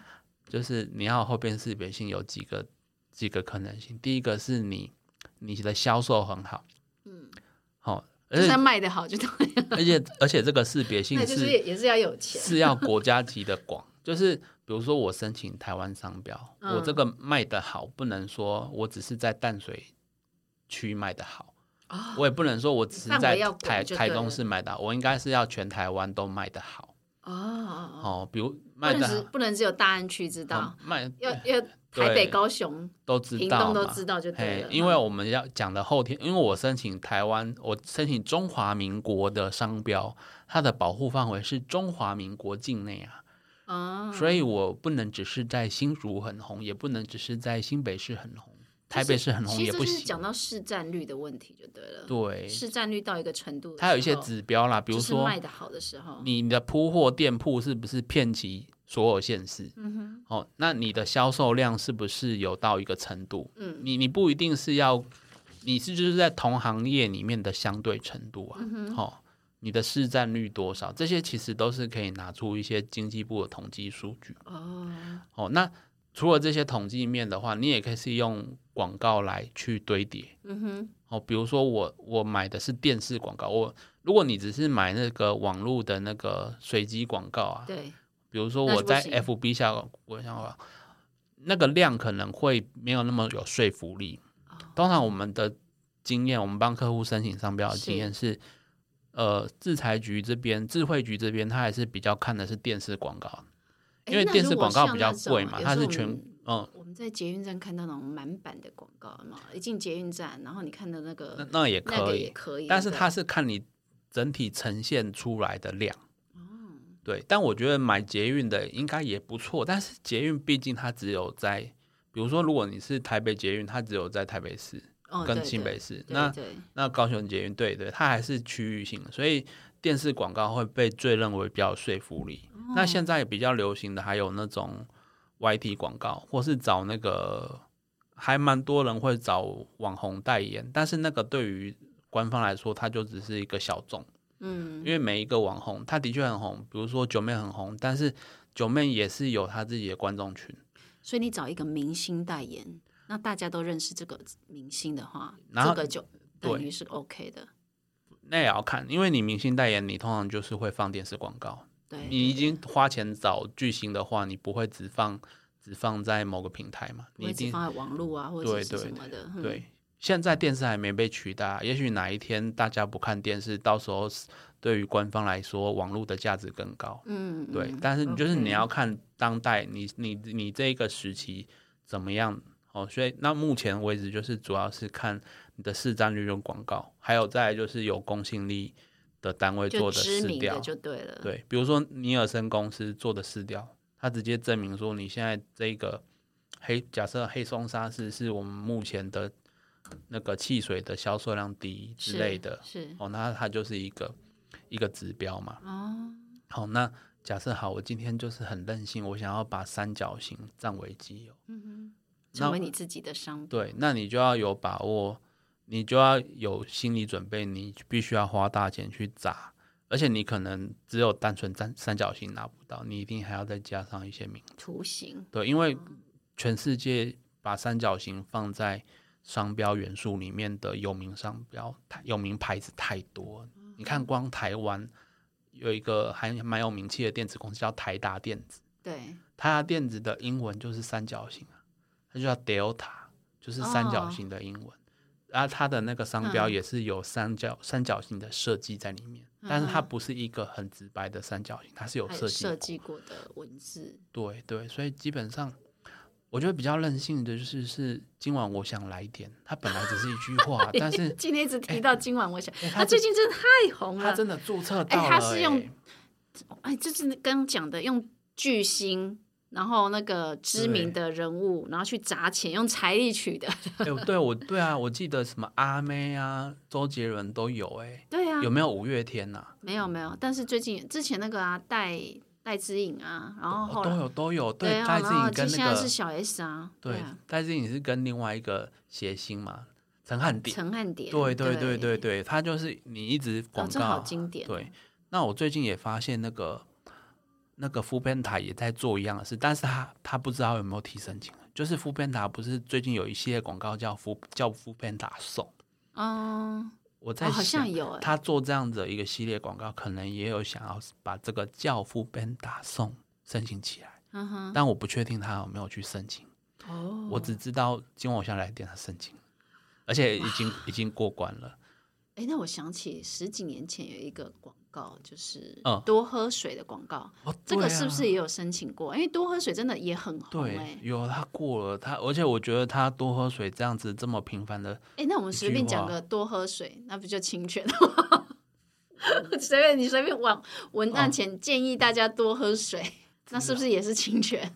就是你要后边识别性有几个几个可能性。第一个是你你的销售很好，
嗯，
好、而
就算
且
卖的好就当然，
而且而且这个识别性
那就是
是
也也是要有钱。
是要国家级的广，就是比如说我申请台湾商标，
嗯
我这个卖的好，不能说我只是在淡水区卖的好。
啊
我也不能说我只是
范围
在
要广
台
就对
台中
了
市卖的好，我应该是要全台湾都卖的好
哦，
哦。比如
不
卖
能
的
只不能只有大安区知道，
哦卖
要要台北、高雄、
都知
屏
道
东都
嘛
知道就对
嘿
了。，嗯
因为我们要讲的后天，因为我申请台湾，我申请中华民国的商标，它的保护范围是中华民国境内啊，
啊，
所以我不能只是在新竹很红，也不能只是在新北市很红，
就
台
是
北市很红
其
也
实这
不
就是
行。
讲到市占率的问题就对了。
对，
市占率到一个程度的时候，
它有一些指标啦，比如
就是
说
卖的好的时候，
你的铺货店铺是不是遍及所有县市？
嗯哼，
哦，那你的销售量是不是有到一个程度？
嗯
你你不一定是要，你是就是在同行业里面的相对程度
嗯
啊，哦，你的市占率多少，这些其实都是可以拿出一些经济部的统计数据
哦，
哦。那除了这些统计面的话，你也可以是用广告来去堆叠。
嗯哼，
哦，比如说我我买的是电视广告，我如果你只是买那个网络的那个随机广告啊，
对，
比如说
那
我
是不
在
行
FB 下我想法，那个量可能会没有那么有说服力。
哦
通常我们的经验，我们帮客户申请商标的经验是，呃，制裁局这边、智慧局这边，它还是比较看的是电视广告，因为
诶那
电视
如果
广告
像
比较
那种
贵嘛，
有
它
时
是
候我
全
们
嗯，
我们在捷运站看到那种满版的广告嘛，一进捷运站，然后你看到那
那
个
那也
那
可
个
以
也，可以，
但是
对啊
它是看你整体呈现出来的量。
哦
对，但我觉得买捷运的应该也不错，但是捷运毕竟它只有在，比如说如果你是台北捷运，它只有在台北市
哦
跟
对
新
对
北市，
对
那
对
那高雄捷运对对，它还是区域性的，所以电视广告会被最认为比较有说服力。那现在比较流行的还有那种 YT 广告，或是找那个还蛮多人会找网红代言，但是那个对于官方来说，它就只是一个小众，
嗯
因为每一个网红他的确很红，比如说九妹很红，但是九妹也是有她自己的观众群。
所以你找一个明星代言，那大家都认识这个明星的话，
然后
这个就
对
等于是 OK 的。
那也要看，因为你明星代言，你通常就是会放电视广告，
对，
你已经花钱找巨星的话，你不会只放只放在某个平台嘛？
不
你一
会只
定
放在网络啊，或者
对
是什
对
么的。嗯，
对。现在电视还没被取代啊，也许哪一天大家不看电视，到时候是对于官方来说，网络的价值更高。
嗯，
对，
嗯
但是你就是你
OK
要看当代你你你这个时期怎么样哦，所以那目前为止就是主要是看你的市占率跟广告，还有再来就是有公信力的单位
就
做的
知
市
名
调
的，就对了。，
对，比如说尼尔森公司做的市调，它直接证明说你现在这个黑，假设黑松沙士是我们目前的那个汽水的销售量第一之类的，
是
哦，那它就是一个一个指标嘛。
哦，
好，那假设好，我今天就是很任性，我想要把三角形占为己有，
嗯哼，
那
成为你自己的商品。
对，那你就要有把握，你就要有心理准备，你必须要花大钱去砸，而且你可能只有单纯三三角形拿不到，你一定还要再加上一些名。
图形，
对，因为全世界把三角形放在商标元素里面的有名商标、太有名牌子太多了。你看，光台湾有一个还蛮有名气的电子公司叫台达电子，
对，
台达电子的英文就是三角形啊，它就叫 Delta，就是三角
哦
形的英文。啊，它的那个商标
嗯
也是有三角、三角形的设计在里面，但是它不是一个很直白的三角形，它是有
还
设
有
计
哎
过
设计过的文字，
对对，所以基本上，我觉得比较任性的就是是今晚我想来一点，它本来只是一句
(laughs)
话，哦但是
哎今天一直提到今晚，我想，
哎
啊，
它
最
真
近真的太红
它
了。
真的注册
哎
到了、欸，
它是用哎，这是刚刚讲的，用巨星，然后那个知名的人物，然后去砸钱，用财力取的。
哎我对我对啊，我记得什么阿妹啊、周杰伦都有哎、
对啊，
有没有五月天呐、啊？
没有没有，但是最近之前那个啊，戴戴之颖啊，然后
哦
后
都
来
有都有，对
对，啊，
戴志
然后
颖
就
跟
现
那
在
个
是小 S 啊，
对
啊，
戴志颖是跟另外一个谐星嘛，陈汉典，
陈汉典，
对对对
对
对，对，他就是你一直
哦
广，
这
告、
好经典，哦
对，那我最近也发现那个那个福边塔也在做一样的事，但是他他不知道有没有提申请。就是福边塔不是最近有一系列广告叫福叫福边塔送，
嗯，
我在
哦，好
想
像有哎，
他做这样的一个系列广告，可能也有想要把这个叫福边塔送申请起来，
嗯哼，
但我不确定他有没有去申请，
哦，
我只知道今晚我想来电他申请，而且已经已经过关了。
哎，那我想起十几年前有一个广告，就是
嗯
多喝水的广告，
哦，
这个
对
是不
啊
是也有申请过？因为多喝水真的也很红
对
哎，。
有他过了他，而且我觉得他多喝水这样子这么频繁的，
哎，那我们随便讲
一句话
个多喝水，那不就侵权了吗？ (laughs) 随便你随便往文案前建议大家多喝水，那是不是也是侵权？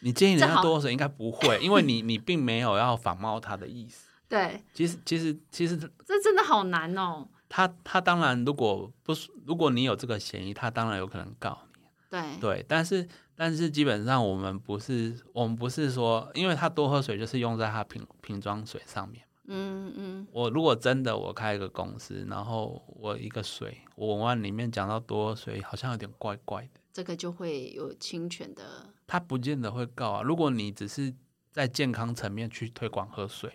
你建议人
这
家
好
多喝水应该不 (laughs) 会，因为你你并没有要仿冒他的意思。
对，
其实其实其实
这真的好难哦。
他他当然如果不是如果你有这个嫌疑，他当然有可能告你。
对，
对，但是但是基本上我们不是我们不是说，因为他多喝水就是用在他瓶瓶装水上面。
嗯嗯，
我如果真的我开一个公司，然后我一个水，我文案里面讲到多喝水，好像有点怪怪的。
这个就会有侵权的
他不见得会告啊。如果你只是在健康层面去推广喝水，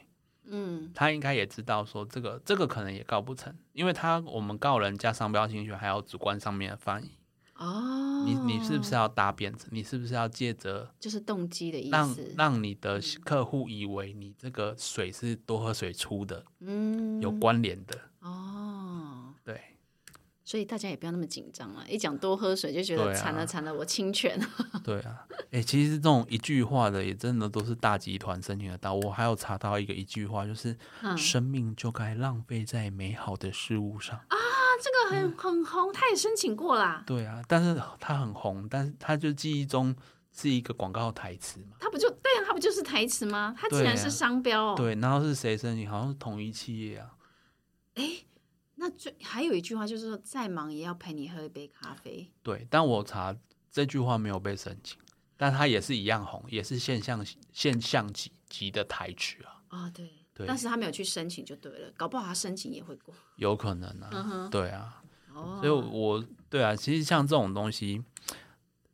嗯，
他应该也知道说这个这个可能也告不成，因为他我们告人家商标侵权，还有主观上面的翻译。
哦，
你你是不是要搭辫子？你是不是要借着
就是动机的意
让
思？嗯
让你的客户以为你这个水是多喝水出的，
嗯，
有关联的？
哦。
对，
所以大家也不要那么紧张了，一讲多喝水就觉得
对啊
惨了惨了，我侵权了。
对啊，哎、其实这种一句话的也真的都是大集团申请得到。我还有查到一个一句话，就是
嗯，
生命就该浪费在美好的事物上。
那这个很很红，他也申请过啦，
对啊，但是它很红，但是它就记忆中是一个广告台词嘛。
他不就对啊，他不就是台词吗？他竟
对
然
啊
是商标哦。
对，然后是谁申请？好像是同一企业啊。
那最还有一句话就是说，再忙也要陪你喝一杯咖啡。
对，但我查这句话没有被申请，但它也是一样红，也是现象现象级级的台词啊，
哦，对，
对
但是他没有去申请就对了，搞不好他申请也会过。
有可能啊。
嗯哼，
对啊，
哦，
所以我对啊，其实像这种东西，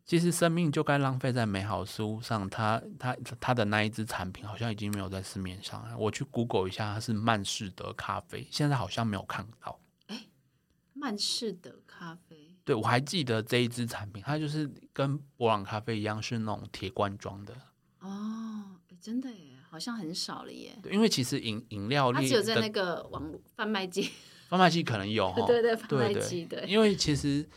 其实生命就该浪费在美好事物上。它它它的那一支产品好像已经没有在市面上了。我去 Google 一下，它是曼士德咖啡，现在好像没有看到。
曼氏的咖啡，
对，我还记得这一支产品，它就是跟博朗咖啡一样，是那种铁罐装的。
哦，诶真的耶，好像很少了耶。
对因为其实饮饮料
他
类
只有在那
的
个网络贩卖机，
贩卖机可能有哈，
(laughs) 对对，贩卖
对
机，
对
对，
因为其实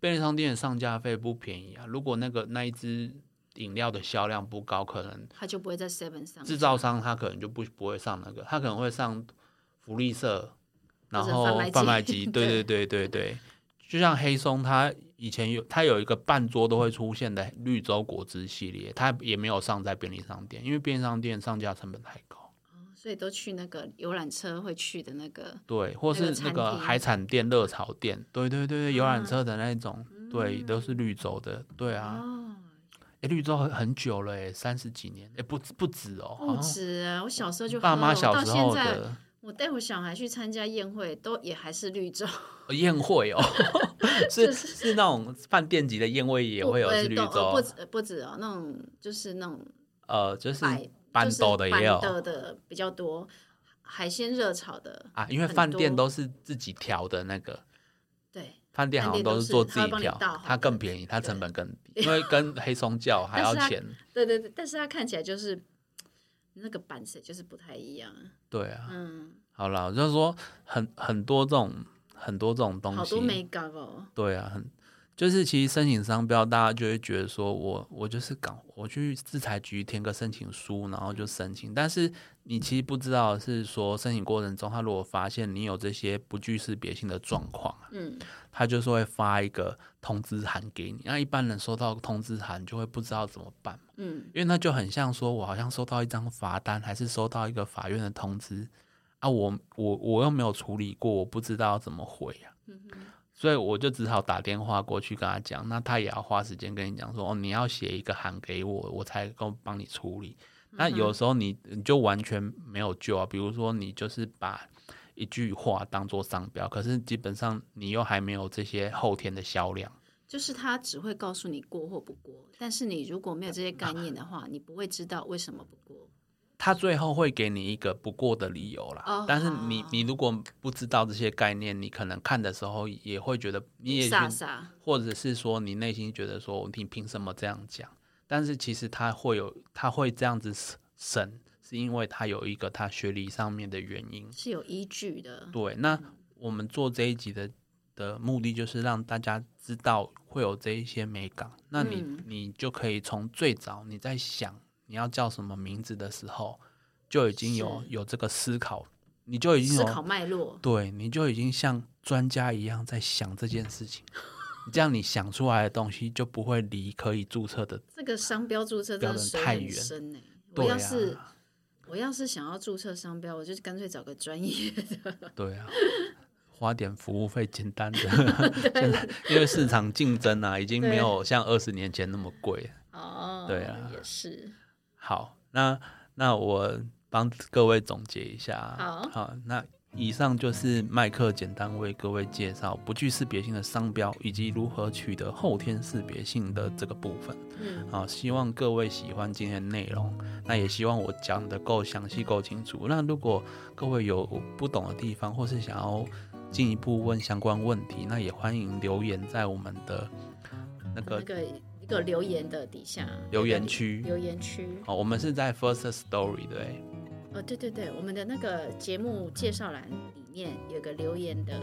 便利商店的上架费不便宜啊。如果那个那一支饮料的销量不高，可能
他就不会在 Seven 上
制造商他可能就不不会上那个，他可能会上福利社，然
者
后
贩
贩
卖
卖
机
机，
(laughs)
对对对对对，就像黑松，它以前有它有一个半桌都会出现的绿洲果汁系列，它也没有上在便利商店，因为便利商店上架成本太高，
所以都去那个游览车会去的那个，
对，或
那个
是那
餐
个
厅
海产店、热炒店，对对对对，游览
啊
车的那一种，对，都是绿洲的，对啊，
哦，
诶绿洲很很久了，哎，三十几年，哎，不止不止哦，
不
好像
止啊，我小时候就
爸
喝
妈
了
小
我
时
到现
候
在
的。
我带我小孩去参加宴会，都也还是绿洲，
呃宴会
(laughs)
哦，是是那种饭店级的宴会 (laughs) 也会
(laughs)
有
不呃
是绿
都呃不
洲，啊
止不止哦，那种就是那种
呃，就是
摆
板
就是
豆的也有
板豆的比较多，海鲜热炒的，
啊，因为
很
饭店
多
都是自己调的那个，
对，
饭店
饭
好像
店都
是
是
做
他
自
会
己
帮你
调
倒好，
它
的
更便宜，它成本
(laughs)
更低，因为跟黑松教还
但
要
是它
钱，
对对对，但是它看起来就是那个版色就是不太一样，
对啊，
嗯，
好啦，我就是说很很多这种很多这种东
好多
西，
美感哦，
对啊，很。就是其实申请商标，大家就会觉得说我我就是搞我去制裁局填个申请书，然后就申请。但是你其实不知道的是说申请过程中，他如果发现你有这些不具识别性的状况啊，
嗯，
他就是会发一个通知函给你。那一般人收到通知函就会不知道怎么办嘛，
嗯，
因为那就很像说我好像收到一张罚单，还是收到一个法院的通知啊，我我我又没有处理过，我不知道怎么回啊。
嗯哼
所以我就只好打电话过去跟他讲，那他也要花时间跟你讲说，哦，你要写一个函给我，我才能够帮你处理。
嗯
那有时候你你就完全没有救啊，比如说你就是把一句话当做商标，可是基本上你又还没有这些后天的销量。
就是他只会告诉你过或不过，但是你如果没有这些概念的话，你不会知道为什么不过。
他最后会给你一个不过的理由啦，
哦
但是你
好
你如果不知道这些概念，你可能看的时候也会觉得你也许
傻傻，
或者是说你内心觉得说你凭什么这样讲？但是其实他会有，他会这样子审，是因为他有一个他学历上面的原因。
是有依据的。
对，那我们做这一集的的目的就是让大家知道会有这一些美感，那你、
嗯
你就可以从最早你在想你要叫什么名字的时候，就已经有
是
有这个思考，你就已经
思
有
考脉络，
对，你就已经像专家一样在想这件事情，这样你想出来的东西就不会离可以注册的
这个商标注册真
标
的
准
水
太
很
远
深呢、我
对
要是
啊，
我要是想要注册商标，我就干脆找个专业的。 (laughs)
对啊，花点服务费简单
(laughs)
的， (laughs) 现在因为市场竞争啊，已经没
对
有像二十年前那么贵了。
哦，
对啊
也是。
好，那那我帮各位总结一下啊。
好
好，那以上就是麦克简单为各位介绍不具识别性的商标以及如何取得后天识别性的这个部分。
嗯，
好，希望各位喜欢今天的内容，那也希望我讲的够详细、够清楚。那如果各位有不懂的地方，或是想要进一步问相关问题，那也欢迎留言在我们的那
那
个嗯
个一个留言的底下
留言区。
留言区，
哦，我们是在 First Story 对不对，
哦，对对对，我们的那个节目介绍栏里面有个留言的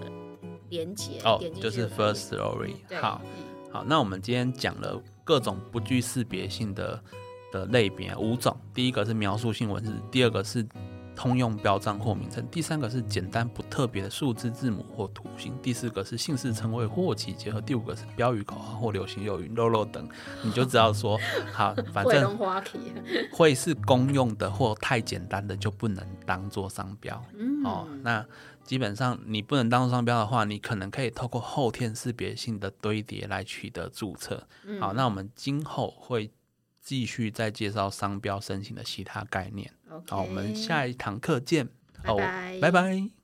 连接，
哦
点，进
就
去
是
可以
First Story。
对，
好
嗯
好，那我们今天讲了各种不具识别性的的类别五种，第一个是描述性文字，第二个是通用标章或名称，第三个是简单不特别的数字字母或图形，第四个是姓氏称谓或其结合，第五个是标语口号或流行用语、肉肉等，你就知道说，
(laughs)
好，反
惠
正
龙花旗，
会是公用的或太简单的就不能当做商标。
嗯，
哦，那基本上你不能当做商标的话，你可能可以透过后天识别性的堆叠来取得注册。
嗯
好，那我们今后会继续再介绍商标申请的其他概念。
OK，
好，我们下一堂课见。
拜
哦
拜
拜拜。